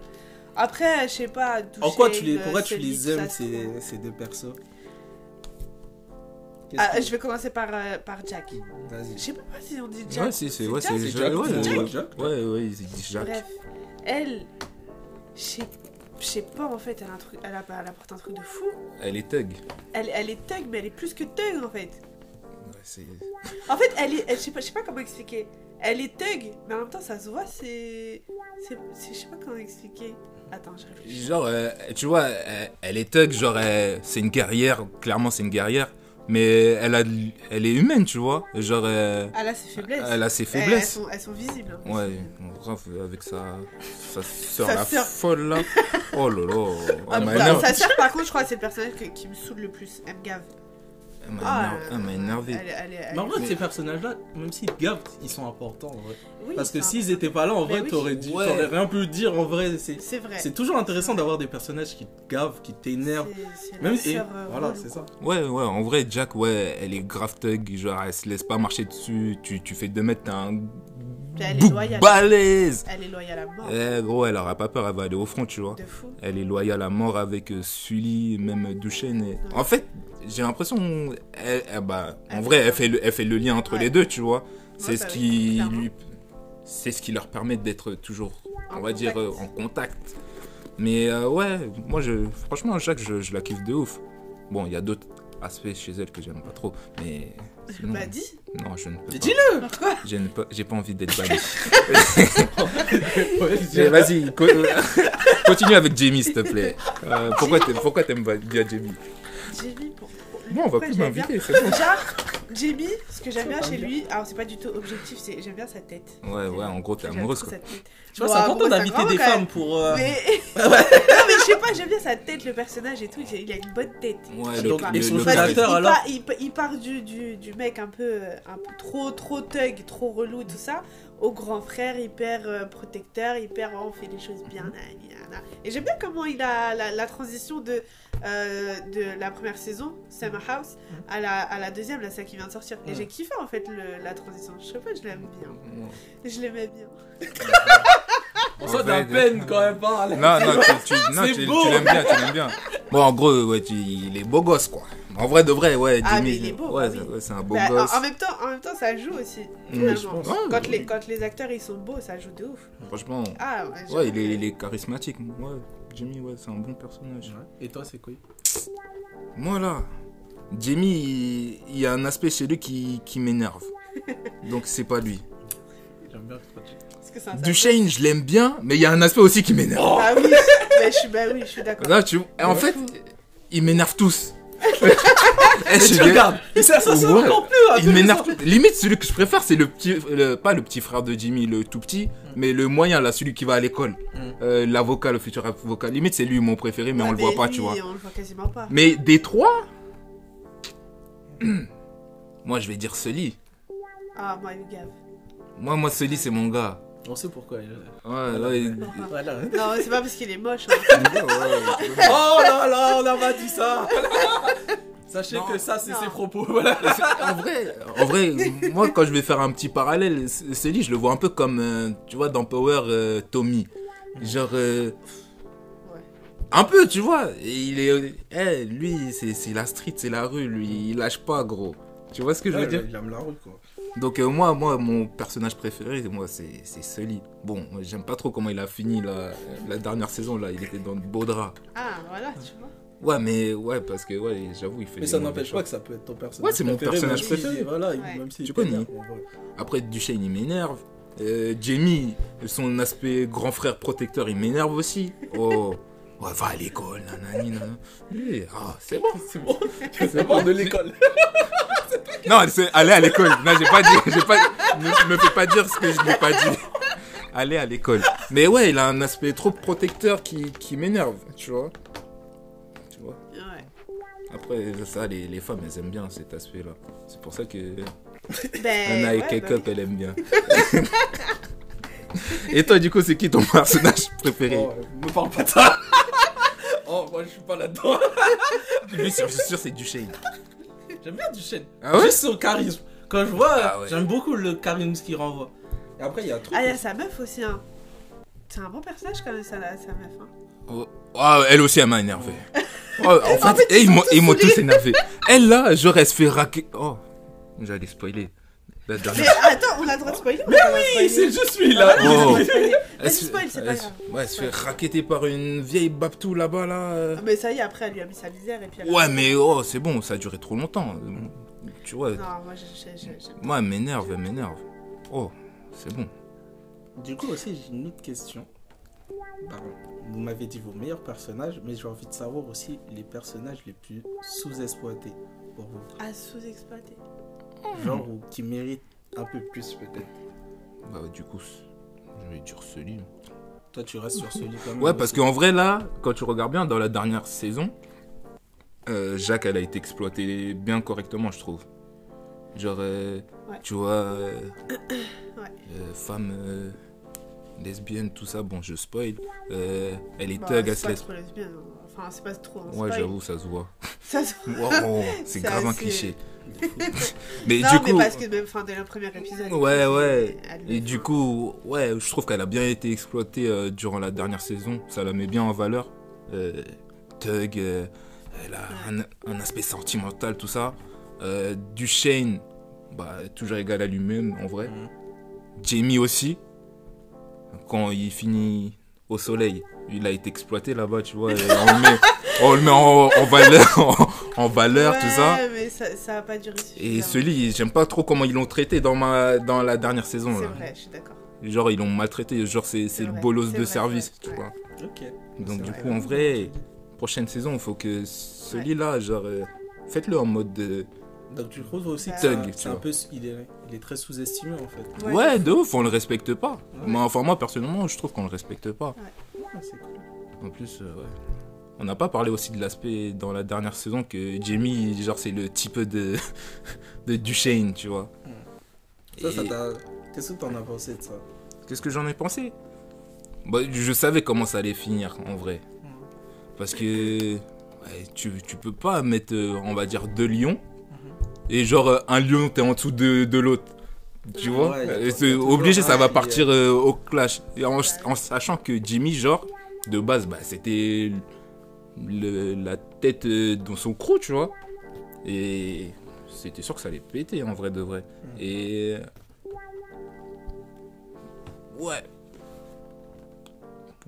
Speaker 5: Après, je sais pas.
Speaker 2: En quoi tu
Speaker 5: Duchesne,
Speaker 2: les, pourquoi tu
Speaker 5: Sully,
Speaker 2: les
Speaker 5: tout ça,
Speaker 2: aimes
Speaker 5: c'est trop.
Speaker 2: ces, ces deux persos Qu'est-ce
Speaker 5: Ah,
Speaker 2: que-
Speaker 5: Je vais commencer par, euh, par Jack. Je
Speaker 2: Vas-y.
Speaker 5: sais pas si on dit Jack.
Speaker 4: Ouais, si, c'est ouais,
Speaker 5: Jack,
Speaker 4: c'est
Speaker 2: c'est
Speaker 4: Jack.
Speaker 2: Jack,
Speaker 4: Ouais,
Speaker 2: c'est
Speaker 4: ouais,
Speaker 2: Jack.
Speaker 4: ouais, ouais, il dit Jack.
Speaker 5: Bref, elle, je sais- je sais pas en fait, elle, a un truc, elle, a, elle apporte un truc de fou.
Speaker 4: Elle est thug.
Speaker 5: Elle, elle est thug, mais elle est plus que thug en fait.
Speaker 4: Ouais, c'est-
Speaker 5: En fait, elle est. elle- je, sais pas, je sais pas comment expliquer. Elle est thug, mais en même temps, ça se voit, c'est. c'est- c'est- Je sais pas comment expliquer. Attends, je réfléchis.
Speaker 4: Genre, euh, tu vois, elle, elle est thug, genre, elle- c'est une guerrière, clairement, c'est une guerrière, mais elle, a, de- elle est humaine, tu vois. Genre, euh,
Speaker 5: Ah là, c'est faiblesse.
Speaker 4: elle a ses
Speaker 5: Elles-
Speaker 4: faiblesses.
Speaker 5: Elles, sont, elles sont visibles. hein.
Speaker 4: Ouais, bon, grave, avec sa, sa sœur
Speaker 5: Sa
Speaker 4: la
Speaker 5: sœur.
Speaker 4: folle là. Oh là là.
Speaker 5: Ah,
Speaker 4: Elle m'a
Speaker 5: putain,
Speaker 4: énervé.
Speaker 5: sa sœur, par contre, je crois que c'est le personnage que- qui me saoule le plus. Elle me gave.
Speaker 4: Elle m'a
Speaker 5: Ah,
Speaker 4: énervé- elle m'a énervé.
Speaker 5: Elle, elle, elle-
Speaker 2: Mais en vrai,
Speaker 4: Mais-
Speaker 2: ces personnages-là, même s'ils te gavent, ils sont importants en vrai.
Speaker 5: Oui,
Speaker 2: Parce que
Speaker 5: enfin,
Speaker 2: s'ils étaient pas là, en
Speaker 5: Mais
Speaker 2: vrai,
Speaker 5: oui.
Speaker 2: t'aurais dû-
Speaker 4: Ouais.
Speaker 2: t'aurais rien pu dire en vrai. C'est
Speaker 5: C'est vrai.
Speaker 2: c'est toujours intéressant d'avoir des personnages qui te gavent, qui t'énervent.
Speaker 5: C'est
Speaker 2: Même
Speaker 5: Même
Speaker 2: et-
Speaker 5: sœur, euh,
Speaker 2: voilà,
Speaker 5: relou.
Speaker 2: c'est ça.
Speaker 4: Ouais, ouais, en vrai, Jack, ouais, elle est grave thug, genre, elle se laisse pas marcher dessus, tu, tu fais 2 mètres, t'as un
Speaker 5: elle est
Speaker 4: bouc
Speaker 5: loyale.
Speaker 4: balèze
Speaker 5: Elle est loyale à mort.
Speaker 4: Eh gros, elle aura pas peur, elle va aller au front, tu vois.
Speaker 5: De fou.
Speaker 4: Elle est loyale à mort avec euh, Sully, même euh, Duchesne. et- En fait, j'ai l'impression, elle- elle- bah, en
Speaker 5: Elle
Speaker 4: vrai,
Speaker 5: fait
Speaker 4: elle fait, le, elle fait le lien entre
Speaker 5: Ouais.
Speaker 4: les deux, tu vois. C'est
Speaker 5: bah
Speaker 4: ce
Speaker 5: oui,
Speaker 4: qui
Speaker 5: clairement.
Speaker 4: lui, c'est ce qui leur permet d'être toujours,
Speaker 5: hein. En
Speaker 4: on va dire,
Speaker 5: contact.
Speaker 4: euh, en contact. Mais euh, ouais, moi, je, franchement, Jacques, je, je la kiffe de ouf. Bon, il y a d'autres aspects chez elle que j'aime pas trop, mais sinon,
Speaker 5: Bah, dis.
Speaker 4: non, je ne peux
Speaker 2: Mais
Speaker 4: pas.
Speaker 2: dis-le
Speaker 5: Pourquoi
Speaker 4: Je n'ai pas, j'ai pas envie d'être banni.
Speaker 2: Ouais,
Speaker 4: Mais
Speaker 2: je-
Speaker 4: Vas-y, co- euh, continue avec Jamie, s'il te plaît. Euh, pourquoi t'aimes, pourquoi t'aimes pas bien Jamie
Speaker 5: Jamie, pour. pour-
Speaker 4: Bon, on va
Speaker 5: pourquoi
Speaker 4: plus
Speaker 5: j'aime bien
Speaker 4: m'inviter, c'est
Speaker 5: Genre, Jamie, ce que j'aime bien chez lui, alors c'est pas du tout objectif, c'est j'aime bien sa tête.
Speaker 4: bon. Ouais, ouais, en gros, t'es
Speaker 5: J'aime
Speaker 4: amoureuse,
Speaker 5: trop
Speaker 4: quoi.
Speaker 5: sa tête.
Speaker 2: Tu vois,
Speaker 5: Bon,
Speaker 2: c'est
Speaker 5: amoureux,
Speaker 2: important d'inviter
Speaker 5: grand,
Speaker 2: des
Speaker 5: quand même.
Speaker 2: femmes pour. euh,
Speaker 5: Mais... non, mais je sais pas, j'aime bien sa tête, le personnage et tout. il- Il a une bonne tête.
Speaker 4: Ouais,
Speaker 5: Je
Speaker 4: le-
Speaker 5: sais pas.
Speaker 2: et son
Speaker 4: le-
Speaker 2: jeu
Speaker 5: Parce qu'il-
Speaker 2: d'acteur,
Speaker 5: il,
Speaker 2: alors
Speaker 5: part, il, il part du, du, du mec un peu, euh, un peu trop trop thug, trop relou, tout ça, au grand frère hyper euh, protecteur, hyper oh, on fait les choses bien. nan, nan, nan. Et j'aime bien comment il a la, la transition de, euh, de la première saison, Summer House,
Speaker 4: Mm.
Speaker 5: à la, à la deuxième, là, celle qui vient de sortir. Et
Speaker 2: Mhm.
Speaker 5: j'ai kiffé en fait le- la transition. Je sais pas, je l'aime bien. Je l'aimais bien.
Speaker 2: On sent de
Speaker 4: Ouais,
Speaker 2: la peine
Speaker 4: ouais.
Speaker 2: quand même, hein. là.
Speaker 4: Non, non, tu, tu- non,
Speaker 2: C'est
Speaker 4: tu- tu
Speaker 2: beau.
Speaker 4: l'aimes bien, tu l'aimes bien. Bon, en gros, ouais, tu- il est beau gosse, quoi. En vrai, de vrai, ouais, Jamie.
Speaker 5: Ah, mais il est beau,
Speaker 4: ouais,
Speaker 5: bah oui.
Speaker 4: c'est- ouais, c'est un beau
Speaker 5: Bah, en-
Speaker 4: gosse.
Speaker 5: en, même temps, en même temps, ça joue aussi.
Speaker 4: Mm,
Speaker 5: finalement.
Speaker 4: je pense. Ouais,
Speaker 5: quand,
Speaker 4: ouais.
Speaker 5: les, quand les acteurs ils sont beaux, ça joue de ouf.
Speaker 4: Franchement,
Speaker 5: Ah, j'ai-
Speaker 4: ouais, il est, il est charismatique. Ouais, Jamie, ouais, c'est un bon personnage.
Speaker 2: Ouais. Et toi, c'est quoi
Speaker 4: Moi là, Jamie, il- il y a un aspect chez lui qui, qui m'énerve. Donc c'est pas lui.
Speaker 2: J'aime bien quand tu-
Speaker 5: Parce que c'est un
Speaker 4: Duchesne, je l'aime bien, mais il y a un aspect aussi qui m'énerve.
Speaker 5: Bah oui, bah, je suis, bah oui, je suis d'accord.
Speaker 4: Là, tu... En fait, ils m'énervent tous. Eh, je suis
Speaker 2: Tu
Speaker 4: dé-
Speaker 2: regardes Mais ça, ça se voit
Speaker 4: Ouais.
Speaker 2: encore plus hein,
Speaker 4: Il
Speaker 2: tous les
Speaker 4: m'énerve.
Speaker 2: ans.
Speaker 4: tout- Limite, celui que je préfère, c'est le petit. le- pas le petit frère de Jimmy, le tout petit, mais le moyen, là, celui qui va à l'école.
Speaker 2: Mm.
Speaker 4: Euh, L'avocat, le futur avocat. Limite, c'est lui mon préféré, mais
Speaker 5: Ouais,
Speaker 4: on le voit pas,
Speaker 5: lui, euh,
Speaker 4: tu vois.
Speaker 5: On le voit quasiment pas.
Speaker 4: Mais des trois. Moi, je vais dire Sully.
Speaker 5: Ah, moi, il me gave.
Speaker 4: Moi, moi, Sully, c'est mon gars.
Speaker 2: On sait pourquoi. euh,
Speaker 4: Ouais, ouais.
Speaker 2: Voilà.
Speaker 5: Non, c'est pas parce qu'il est moche. hein.
Speaker 2: Oh là là, on n'a pas dit ça Sachez
Speaker 4: Non.
Speaker 2: que ça, c'est
Speaker 5: Non.
Speaker 2: ses propos. Voilà.
Speaker 4: en vrai, en vrai, moi quand je vais faire un petit parallèle, C- Sully, je le vois un peu comme, euh, tu vois, dans Power, euh, Tommy. Genre, euh,
Speaker 5: Ouais.
Speaker 4: un peu, tu vois. Il est, eh, lui, c'est c'est la street, c'est la rue, lui, il lâche pas, gros. Tu vois ce que je veux dire
Speaker 2: Il aime la rue, quoi.
Speaker 4: Donc euh, moi, moi, mon personnage préféré, moi, c'est c'est Sully. Bon, j'aime pas trop comment il a fini la, la dernière saison là. Il était dans de beaux draps.
Speaker 5: Ah, voilà, tu vois.
Speaker 4: Ouais, mais ouais, parce que ouais, j'avoue, il fait.
Speaker 2: Mais
Speaker 4: des
Speaker 2: ça
Speaker 4: mauvais
Speaker 2: n'empêche
Speaker 4: choix.
Speaker 2: pas que ça peut être ton personnage.
Speaker 4: Ouais, c'est mon personnage
Speaker 2: même
Speaker 4: préféré.
Speaker 2: si- Voilà,
Speaker 5: Ouais.
Speaker 2: même si
Speaker 4: Tu connais. hein.
Speaker 2: Ouais,
Speaker 4: Après, Duchesne, il m'énerve. Euh, Jamie, son aspect grand frère protecteur, il m'énerve aussi. Oh, ouais, va à l'école, nanani, nanana. Lui, ah, c'est bon.
Speaker 2: C'est bon. C'est bon de l'école.
Speaker 4: Non, c'est aller à l'école. Non, j'ai pas dit. J'ai pas, ne me fais pas dire ce que je n'ai pas dit. Aller à l'école. Mais ouais, il a un aspect trop protecteur qui, qui m'énerve, tu vois. Tu vois.
Speaker 5: Ouais.
Speaker 4: Après, ça, les, les femmes, elles aiment bien cet aspect-là. C'est pour ça que
Speaker 5: Ben,
Speaker 4: Anna et
Speaker 5: ouais,
Speaker 4: K-Cup,
Speaker 5: bah oui.
Speaker 4: elles aiment bien. Et toi, du coup, c'est qui ton personnage préféré
Speaker 2: Oh, me parle pas de ça. oh, moi je suis pas là-dedans.
Speaker 4: Lui, c'est sûr, c'est du shade.
Speaker 2: J'aime bien Duchesne.
Speaker 4: Ah ouais
Speaker 2: Juste son charisme. Quand je vois,
Speaker 4: Ah ouais.
Speaker 2: j'aime beaucoup le charisme qu'il renvoie. Et après, il y a un truc.
Speaker 5: Ah, il y a sa meuf aussi, hein. C'est un bon personnage quand même, sa, sa meuf. Hein.
Speaker 4: Oh, oh, elle aussi, elle m'a énervé. Oh, en fait,
Speaker 5: fait,
Speaker 4: eh,
Speaker 5: ils
Speaker 4: ils
Speaker 5: sont
Speaker 4: m'ont-
Speaker 5: tous
Speaker 4: ils m'ont
Speaker 5: saoulés.
Speaker 4: tous énervé. Elle là, genre, elle se fait raquer. Oh, j'allais spoiler. La
Speaker 5: Mais
Speaker 4: dernière.
Speaker 5: attends, on a le droit de spoiler Mais
Speaker 2: Oui, c'est juste lui là.
Speaker 5: On a le droit
Speaker 4: Oh.
Speaker 5: de spoiler.
Speaker 4: Elle
Speaker 5: Vas-y,
Speaker 4: se-
Speaker 5: spoil, c'est
Speaker 4: elle
Speaker 5: pas
Speaker 4: se-
Speaker 5: grave.
Speaker 4: Ouais, elle se fait raqueter par une vieille babtou là-bas, là. euh.
Speaker 5: Ah, Mais ça y est, après, elle lui a mis sa visière et puis elle a-
Speaker 4: Ouais, mais oh, c'est bon, ça a duré trop longtemps. Tu vois,
Speaker 5: Non, moi, je- je- je- je-
Speaker 4: moi, elle m'énerve, elle m'énerve. Oh, c'est bon.
Speaker 2: Du coup, aussi, j'ai une autre question. Pardon. Vous m'avez dit vos meilleurs personnages, mais j'ai envie de savoir aussi les personnages les plus sous-exploités pour vous.
Speaker 5: Ah, sous-exploité.
Speaker 2: Genre, ou qui méritent un peu plus peut-être.
Speaker 4: Bah, du coup, c- je vais dire celui.
Speaker 2: Toi, tu restes sur celui quand même.
Speaker 4: Ouais, parce
Speaker 2: aussi.
Speaker 4: qu'en vrai, là, quand tu regardes bien, dans la dernière saison, euh, Jacques, elle a été exploitée bien correctement, je trouve. Genre, euh,
Speaker 5: Ouais.
Speaker 4: tu vois, euh,
Speaker 5: Ouais.
Speaker 4: euh, femme euh, lesbienne, tout ça, bon, je spoil. Euh, elle est
Speaker 5: Bah,
Speaker 4: thug, elle
Speaker 5: c'est
Speaker 4: se
Speaker 5: pas
Speaker 4: laisse.
Speaker 5: trop lesbien. hein. Enfin, c'est pas trop un
Speaker 4: Ouais,
Speaker 5: spoil.
Speaker 4: j'avoue, ça se voit.
Speaker 5: Ça se-
Speaker 4: Wow, c'est
Speaker 5: Ça,
Speaker 4: grave un
Speaker 5: c'est-
Speaker 4: cliché. mais
Speaker 5: non,
Speaker 4: du
Speaker 5: mais
Speaker 4: coup.
Speaker 5: parce que même, enfin, dès le premier épisode.
Speaker 4: Ouais,
Speaker 5: elle-
Speaker 4: ouais.
Speaker 5: elle le
Speaker 4: Et
Speaker 5: fait,
Speaker 4: du
Speaker 5: hein.
Speaker 4: coup, ouais, je trouve qu'elle a bien été exploitée euh, durant la dernière saison. Ça la met bien en valeur. Euh, Tug, euh, elle a un, un aspect sentimental, tout ça. Euh, Duchesne, bah, toujours égal à lui-même, en vrai.
Speaker 2: Mhm.
Speaker 4: Jamie aussi. Quand il finit au soleil, il a été exploité là-bas, tu vois. et on le met, on le met en, en valeur, en, en valeur tout ça.
Speaker 5: Ouais, mais ça, ça a pas duré suffisamment.
Speaker 4: Et celui, j'aime pas trop comment ils l'ont traité dans, ma, dans la dernière saison.
Speaker 5: C'est
Speaker 4: Là.
Speaker 5: vrai, je suis d'accord.
Speaker 4: Genre, ils l'ont maltraité. Genre, c'est c'est le
Speaker 5: vrai,
Speaker 4: bolos
Speaker 5: c'est
Speaker 4: de
Speaker 5: vrai,
Speaker 4: service,
Speaker 5: ouais,
Speaker 4: tu
Speaker 5: ouais.
Speaker 4: vois.
Speaker 2: Ok.
Speaker 4: Donc,
Speaker 5: C'est
Speaker 4: du
Speaker 5: vrai.
Speaker 4: coup, en vrai, prochaine saison, il faut que celui-là, genre, euh, faites-le en mode. euh,
Speaker 2: Donc, tu trouves aussi que
Speaker 5: Thug,
Speaker 2: c'est un-
Speaker 4: tu
Speaker 2: c'est un
Speaker 4: vois.
Speaker 2: peu. Il est, il est très sous-estimé en fait.
Speaker 4: Ouais, de ouf, on le respecte pas. Mais enfin, moi, personnellement, je trouve qu'on le respecte pas.
Speaker 2: Ah, c'est cool.
Speaker 4: En plus, euh, ouais. On n'a pas parlé aussi de l'aspect dans la dernière saison que Jamie, genre, c'est le type de, de Duchesne, tu vois.
Speaker 2: Ça, ça
Speaker 4: Et-
Speaker 2: t'a. Qu'est-ce que t'en as pensé de ça
Speaker 4: Qu'est-ce que j'en ai pensé bah, Je savais comment ça allait finir en vrai. Parce que ouais, tu, tu peux pas mettre, euh, on va dire, deux lions. Et genre, euh, un lion, t'es en dessous de, de l'autre. Tu vois
Speaker 2: Ouais,
Speaker 4: Euh,
Speaker 2: il Ah, y a
Speaker 4: c'est
Speaker 2: toujours
Speaker 4: Obligé, ça
Speaker 2: un
Speaker 4: va
Speaker 2: qui,
Speaker 4: partir euh, au clash. Et en, en sachant que Jimmy, genre, de base, bah, c'était le- la tête euh, dans son crew, tu vois. Et c'était sûr que ça allait péter en vrai de vrai.
Speaker 2: Mm.
Speaker 4: Et. euh, Ouais.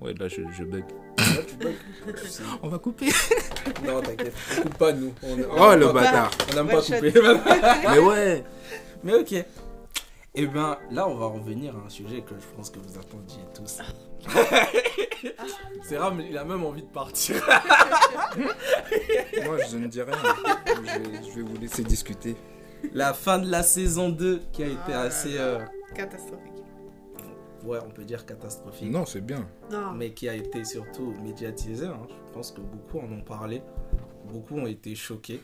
Speaker 4: Ouais, là je, je bug.
Speaker 2: Là, tu bugs. Tu sais.
Speaker 4: On va couper.
Speaker 2: Non, t'inquiète. Coupe pas nous. On,
Speaker 4: Oh
Speaker 2: on-
Speaker 4: le
Speaker 2: on-
Speaker 4: bâtard.
Speaker 2: On n'aime
Speaker 5: Ouais,
Speaker 2: pas
Speaker 5: shot.
Speaker 2: couper.
Speaker 4: Mais ouais.
Speaker 2: Mais ok. Eh ben, là, on va revenir à un sujet que je pense que vous attendiez tous. C'est rare, mais il a même envie de partir.
Speaker 4: Moi je ne dis rien. Je, vais vous laisser discuter.
Speaker 2: La fin de la saison 2 qui a été
Speaker 5: Ah,
Speaker 2: assez.
Speaker 5: là,
Speaker 2: euh,
Speaker 5: là. Catastrophique.
Speaker 2: ouais, on peut dire catastrophique.
Speaker 4: Non, c'est bien.
Speaker 5: Non,
Speaker 2: mais qui a été surtout médiatisé. hein. Je pense que beaucoup en ont parlé. Beaucoup ont été choqués.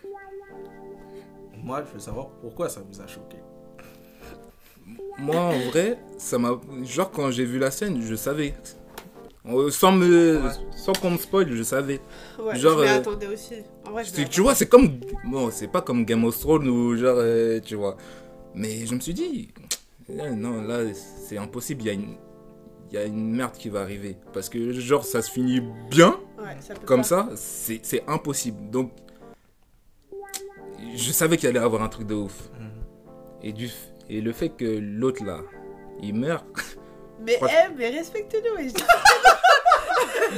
Speaker 2: Moi, je veux savoir pourquoi ça vous a choqué.
Speaker 4: Moi en vrai, ça m'a. Genre quand j'ai vu la scène, je savais. Euh, Sans me. Sans qu'on me spoil, je savais.
Speaker 5: ouais,
Speaker 4: genre,
Speaker 5: je m'y
Speaker 4: euh,
Speaker 5: attendais aussi. En vrai, je m'y
Speaker 4: C'est- tu vois, c'est comme. Bon, c'est pas comme Game of Thrones ou genre. euh, tu vois. Mais je me suis dit. eh, Non, là, c'est impossible. Il y a une. Il y a une merde qui va arriver. Parce que, genre, ça se finit bien,
Speaker 5: attendais. Ouais, ça peut
Speaker 4: comme
Speaker 5: pas.
Speaker 4: ça, c'est c'est impossible. Donc, je savais qu'il allait avoir un truc de ouf. Et, du, f- et le fait que l'autre, là, il meurt.
Speaker 5: Mais,
Speaker 4: Franch-
Speaker 5: eh, mais respecte-nous. Et je dis,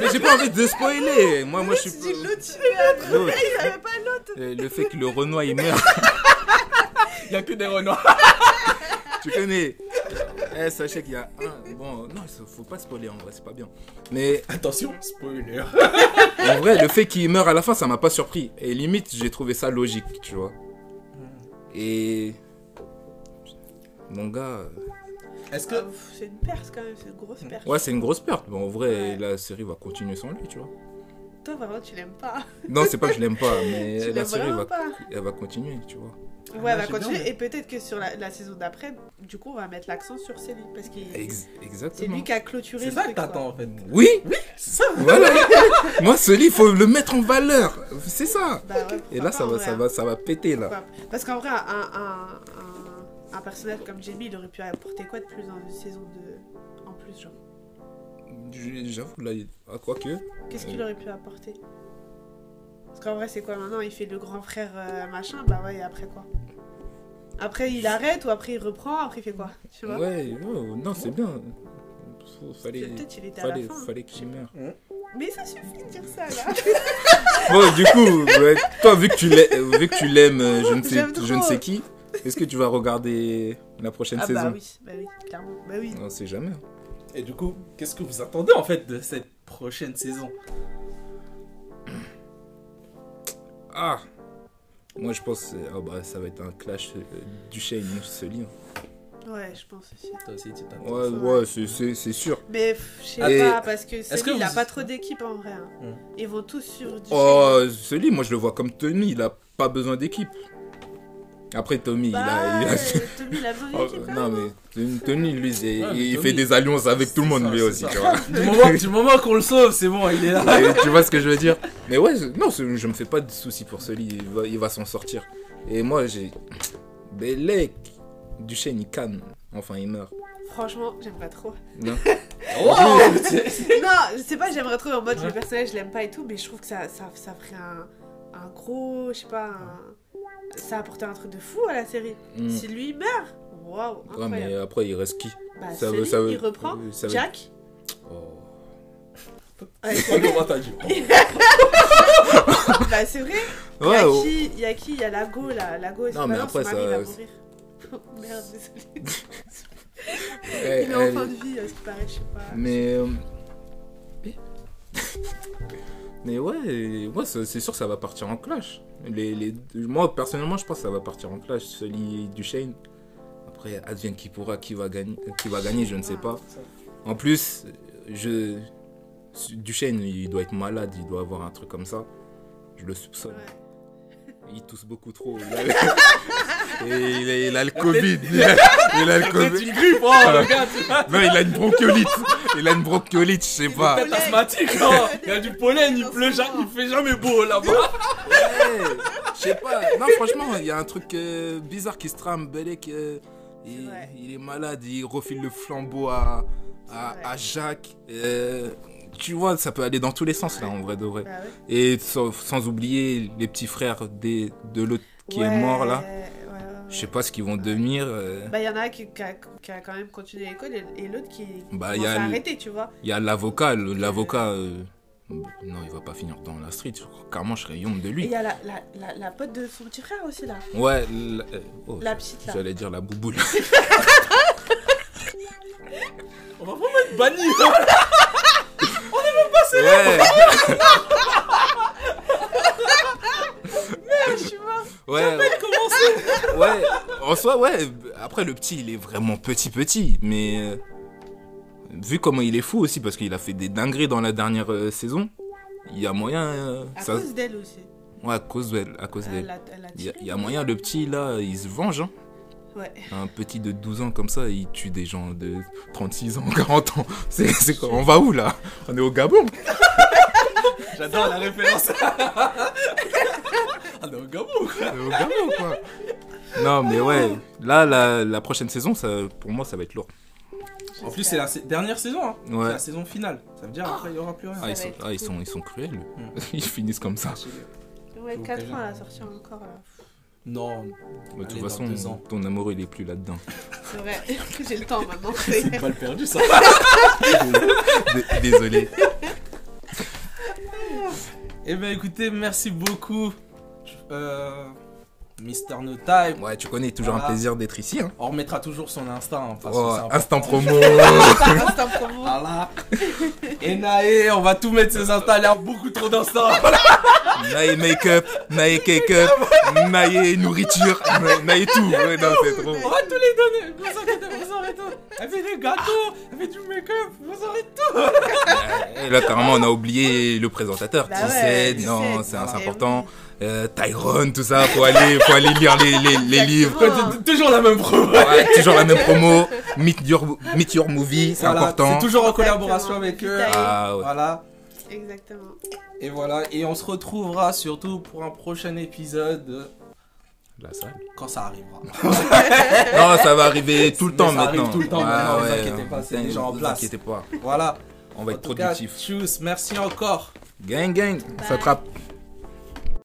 Speaker 4: Mais j'ai pas envie de spoiler Moi, moi je
Speaker 5: tu
Speaker 4: suis.
Speaker 5: dis
Speaker 4: pas-
Speaker 5: l'autre, il est là,
Speaker 4: L'autre.
Speaker 5: il avait pas l'autre.
Speaker 4: Euh, Le fait que le Renoir, il meurt.
Speaker 2: Il n'y a que des renois.
Speaker 4: Tu connais Eh, sachez qu'il y a un. Bon, non, ça- faut pas spoiler en vrai, c'est pas bien. Mais
Speaker 2: Attention, spoiler.
Speaker 4: en vrai, le fait qu'il meure à la fin, ça m'a pas surpris. Et limite, j'ai trouvé ça logique, tu vois. Et. Mon gars.
Speaker 2: Est-ce
Speaker 5: Ah,
Speaker 2: que.
Speaker 5: pff, C'est une perte quand même, c'est une grosse perte.
Speaker 4: Ouais, c'est une grosse perte. Bon, en vrai,
Speaker 5: Ouais.
Speaker 4: la série va continuer sans lui, tu vois.
Speaker 5: Toi, vraiment, tu l'aimes pas.
Speaker 4: Non, c'est pas que je l'aime pas, mais
Speaker 5: tu
Speaker 4: la
Speaker 5: l'aimes
Speaker 4: série
Speaker 5: vraiment
Speaker 4: va,
Speaker 5: pas.
Speaker 4: elle va continuer, tu vois.
Speaker 5: Ouais,
Speaker 2: Ah,
Speaker 5: bah, elle va
Speaker 2: j'ai bien
Speaker 5: continuer.
Speaker 2: aimé.
Speaker 5: Et peut-être que sur la, la saison d'après, du coup, on va mettre l'accent sur Céline. Parce que
Speaker 4: Ex-
Speaker 5: c'est
Speaker 4: exactement.
Speaker 5: lui qui a clôturé
Speaker 2: C'est
Speaker 5: le
Speaker 2: ça que
Speaker 5: truc, quoi.
Speaker 2: t'attends en fait.
Speaker 4: Oui,
Speaker 2: C'est ça.
Speaker 4: voilà. Moi, ce livre, faut le mettre en valeur. C'est ça.
Speaker 5: Bah ouais,
Speaker 4: Et là,
Speaker 5: pourquoi
Speaker 4: ça
Speaker 5: pas,
Speaker 4: va,
Speaker 5: en
Speaker 4: ça
Speaker 5: vrai.
Speaker 4: va, ça va péter là.
Speaker 5: Pourquoi pas. Parce qu'en vrai, un, un- un- un personnage comme Jamie, il aurait pu apporter quoi de plus dans une saison de... en plus, genre
Speaker 4: J- J'avoue, là, il- ah, quoi que.
Speaker 5: Qu'est-ce
Speaker 4: Euh.
Speaker 5: qu'il aurait pu apporter Parce qu'en vrai, c'est quoi maintenant Il fait le grand frère euh, machin, bah ouais, et après quoi Après, il arrête ou après, il reprend, après, il fait quoi Tu vois
Speaker 4: Ouais, oh, non, c'est bien. Faut- Fallait,
Speaker 5: Peut-être il était à
Speaker 4: fallait,
Speaker 5: la fin. hein.
Speaker 4: fallait qu'il meure.
Speaker 5: Mais ça suffit de dire ça là
Speaker 4: Bon, du coup, ouais, toi, vu que tu l'aimes, euh, vu que tu l'aimes, euh, je ne sais,
Speaker 5: J'aime trop.
Speaker 4: je ne sais qui, est-ce que tu vas regarder la prochaine
Speaker 5: Ah
Speaker 4: saison
Speaker 5: bah oui, bah oui, clairement. Bah oui.
Speaker 4: On sait jamais.
Speaker 2: Et du coup, qu'est-ce que vous attendez en fait de cette prochaine saison
Speaker 4: Ah Moi, je pense, euh, ah bah, ça va être un clash euh, du Shane, ce livre.
Speaker 5: Ouais, je pense aussi.
Speaker 2: Toi aussi, tu t'attends.
Speaker 4: Ouais, ouais, c'est- c'est c'est sûr.
Speaker 5: Mais pff, je sais
Speaker 4: Et-
Speaker 5: pas, parce que celui,
Speaker 2: que
Speaker 5: il a
Speaker 2: vous-
Speaker 5: pas trop d'équipe en vrai. hein.
Speaker 2: Hmm.
Speaker 5: Ils vont tous sur du.
Speaker 4: Oh, ce livre, moi, je le vois comme Tommy, il a pas besoin d'équipe. Après, Tommy, il a.
Speaker 5: Bah,
Speaker 4: il a-
Speaker 5: euh, Tommy, il a besoin
Speaker 4: Oh,
Speaker 5: d'équipe. hein,
Speaker 4: non, mais Tommy- Tommy, lui, c'est-
Speaker 2: Ouais, mais
Speaker 4: il
Speaker 2: Tommy-
Speaker 4: fait des alliances avec tout le monde,
Speaker 2: C'est ça,
Speaker 4: lui
Speaker 2: c'est
Speaker 4: aussi,
Speaker 2: ça.
Speaker 4: tu vois.
Speaker 2: Du moment, du moment qu'on le sauve, c'est bon, il est là.
Speaker 4: Et tu vois ce que je veux dire Mais ouais, je- non, c'est- je me fais pas de soucis pour ce lit, il va, il va s'en sortir. Et moi, j'ai. Belek Duchesne, il canne. Enfin, il meurt.
Speaker 5: Franchement, j'aime pas trop.
Speaker 4: Non
Speaker 5: non, je sais pas, j'aimerais trop en mode
Speaker 2: Ouais.
Speaker 5: le personnage, je l'aime pas et tout, mais je trouve que ça, ça, ça ferait un, un gros. Je sais pas, un- ça apportait un truc de fou à la série.
Speaker 4: Hmm.
Speaker 5: Si lui il meurt, waouh,
Speaker 4: Ouais,
Speaker 5: incroyable.
Speaker 4: mais après, il reste qui
Speaker 5: Bah,
Speaker 4: ça
Speaker 5: ça
Speaker 4: veut- ça veut-
Speaker 5: il reprend.
Speaker 4: ça veut-
Speaker 5: Jack.
Speaker 4: Oh.
Speaker 5: Ouais,
Speaker 2: Oh, comment t'as dit
Speaker 5: bah, c'est vrai. Il
Speaker 4: Ouais, oh.
Speaker 5: y a qui Il y a Lago, là. Lago, c'est
Speaker 4: Non,
Speaker 5: pas
Speaker 4: mais
Speaker 5: grave,
Speaker 4: après,
Speaker 5: son mari, il va
Speaker 4: ça-
Speaker 5: mourir. Merde, désolé.
Speaker 4: Eh,
Speaker 5: Il est en
Speaker 4: eh,
Speaker 5: fin de vie, à ce qui paraît, je sais pas.
Speaker 4: Mais. euh, mais- Mais ouais, ouais ça- c'est sûr que ça va partir en clash. Les, les... Moi, personnellement, je pense que ça va partir en clash, celui du Shane. Après, advienne qui pourra, qui va gagner, qui va gagner je ne sais pas. En plus, je... Duchesne, il doit être malade, il doit avoir un truc comme ça. Je le soupçonne.
Speaker 5: Ouais.
Speaker 4: Il tousse beaucoup trop. Il a, Et il a- il a le Covid. Il a le
Speaker 2: C'est
Speaker 4: Covid.
Speaker 2: une grippe, oh, le gars, tu vois.
Speaker 4: Non, il a une bronchiolite. Il a une bronchiolite, je sais pas.
Speaker 2: Peut-être asthmatique, non Ah, hein. Il y a du pollen, il pleut, ja- il fait jamais beau là-bas.
Speaker 4: Ouais, Eh, je sais pas. Non, franchement, il y a un truc euh, bizarre qui se trame. Belek, euh, il,
Speaker 5: C'est vrai.
Speaker 4: il est malade, il refile le flambeau à, à,
Speaker 5: C'est vrai.
Speaker 4: à Jacques. Euh, tu vois, ça peut aller dans tous les sens, là, en vrai de vrai.
Speaker 5: Bah ouais.
Speaker 4: Et sans, sans oublier les petits frères des, de l'autre qui est mort, là.
Speaker 5: Ouais, ouais, ouais.
Speaker 4: Je sais pas ce qu'ils vont devenir. euh.
Speaker 5: Bah, il y en a un qui, qui, a, qui a quand même continué l'école et, et l'autre qui
Speaker 4: Bah,
Speaker 5: commence
Speaker 4: y a
Speaker 5: à
Speaker 4: le-
Speaker 5: arrêter, tu vois.
Speaker 4: Il y a l'avocat. le- L'avocat. euh, Non, il va pas finir dans la street. Carrément, je serais honte de
Speaker 5: Et
Speaker 4: lui.
Speaker 5: il y a la, la, la, la pote de son petit frère aussi, là.
Speaker 4: Ouais. la- euh, oh,
Speaker 5: La petite, là.
Speaker 4: J'allais dire la bouboule.
Speaker 2: On va vraiment être banni. hein.
Speaker 4: Ouais.
Speaker 5: Je suis morte.
Speaker 4: Ouais, ouais, en soi, ouais. Après, le petit, il est vraiment petit, petit. Mais euh, vu comment il est fou aussi, parce qu'il a fait des dingueries dans la dernière euh, saison, il y a moyen. euh,
Speaker 5: À
Speaker 4: ça-
Speaker 5: cause d'elle aussi.
Speaker 4: Ouais, à cause d'elle. À cause
Speaker 5: Elle
Speaker 4: d'elle.
Speaker 5: l'a elle l'a
Speaker 4: Il y, a-
Speaker 5: tiré.
Speaker 4: il y a moyen, le petit, là, il se venge. hein.
Speaker 5: Ouais.
Speaker 4: Un petit de 12 ans comme ça, il tue des gens de 36 ans, 40 ans. C'est, c'est quoi On va où là On est au Gabon
Speaker 2: J'adore la référence. Ah, non, gabou quoi.
Speaker 4: On est Euh, au Gabon, quoi Non, mais ouais, là, la, la prochaine saison, ça, pour moi, ça va être lourd.
Speaker 2: En plus, c'est la sa- dernière saison, hein. C'est
Speaker 4: Ouais.
Speaker 2: la saison finale. Ça veut dire après, il y aura plus rien.
Speaker 4: Ah, ils
Speaker 5: va
Speaker 4: sont,
Speaker 5: être
Speaker 4: ah, ils
Speaker 5: cool.
Speaker 4: sont, ils sont cruels.
Speaker 2: Hmm.
Speaker 4: Ils finissent comme ça.
Speaker 5: Ouais,
Speaker 2: Faut
Speaker 5: 4
Speaker 2: qu'elle-
Speaker 5: ans, elle a sorti encore, euh, là.
Speaker 2: Non,
Speaker 4: De toute
Speaker 2: Allez, dans
Speaker 4: façon,
Speaker 2: deux ans.
Speaker 4: ton amour, il est plus là-dedans.
Speaker 5: C'est vrai. J'ai le temps maintenant.
Speaker 2: c'est une balle perdue ça.
Speaker 4: D- Désolé.
Speaker 2: Eh ben écoutez, merci beaucoup. Euh, Mister No Time.
Speaker 4: Ouais, tu connais, toujours un
Speaker 2: Voilà.
Speaker 4: plaisir d'être ici. Hein.
Speaker 2: On remettra toujours son Insta. hein, parce
Speaker 4: Oh,
Speaker 2: que c'est important.
Speaker 4: instant promo.
Speaker 5: Instant promo.
Speaker 4: Ah,
Speaker 2: Voilà. Et Naé, on va tout mettre ses Insta. Il y a beaucoup trop d'Insta.
Speaker 4: Nae make-up, Nae cake-up, Nae nourriture, Nae- Nae tout. Ouais, non, c'est trop.
Speaker 2: On va tous les donner. Vous aurez tout, vous aurez tout. Elle fait des gâteaux, elle fait du make-up, vous aurez tout.
Speaker 4: Eh, Et là, carrément, on a oublié le présentateur.
Speaker 5: Bah
Speaker 4: qui
Speaker 5: ouais,
Speaker 4: sait, non,
Speaker 5: qui
Speaker 4: c'est
Speaker 5: sait.
Speaker 4: c'est
Speaker 5: Eh
Speaker 4: important. Euh, Tyrone, tout ça, faut aller, faut aller lire les, les, les livres.
Speaker 5: Exactement.
Speaker 2: T- Toujours la même promo.
Speaker 4: Ouais, toujours la même promo. Meet Your, meet your Movie, c'est
Speaker 2: Voilà,
Speaker 4: important.
Speaker 2: C'est toujours en euh, collaboration avec
Speaker 5: Exactement.
Speaker 2: eux.
Speaker 5: Vitaille.
Speaker 4: Ah, ouais.
Speaker 2: Voilà.
Speaker 5: Exactement.
Speaker 2: Et voilà. Et on se retrouvera surtout pour un prochain épisode euh,
Speaker 4: Là, ça-
Speaker 2: quand ça arrivera.
Speaker 4: Non, ça va arriver tout le
Speaker 2: Mais
Speaker 4: temps
Speaker 2: ça arrive
Speaker 4: maintenant.
Speaker 2: tout le temps
Speaker 4: Ouais,
Speaker 2: maintenant, vous
Speaker 4: ouais,
Speaker 2: inquiétez pas, c'est
Speaker 4: putain,
Speaker 2: déjà en
Speaker 4: vous
Speaker 2: place.
Speaker 4: inquiétez pas,
Speaker 2: voilà.
Speaker 4: on va
Speaker 2: En
Speaker 4: être
Speaker 2: tout cas,
Speaker 4: productif.
Speaker 2: tchuss. Merci encore.
Speaker 4: Gang, gang, ça
Speaker 5: Bye.
Speaker 4: trappe.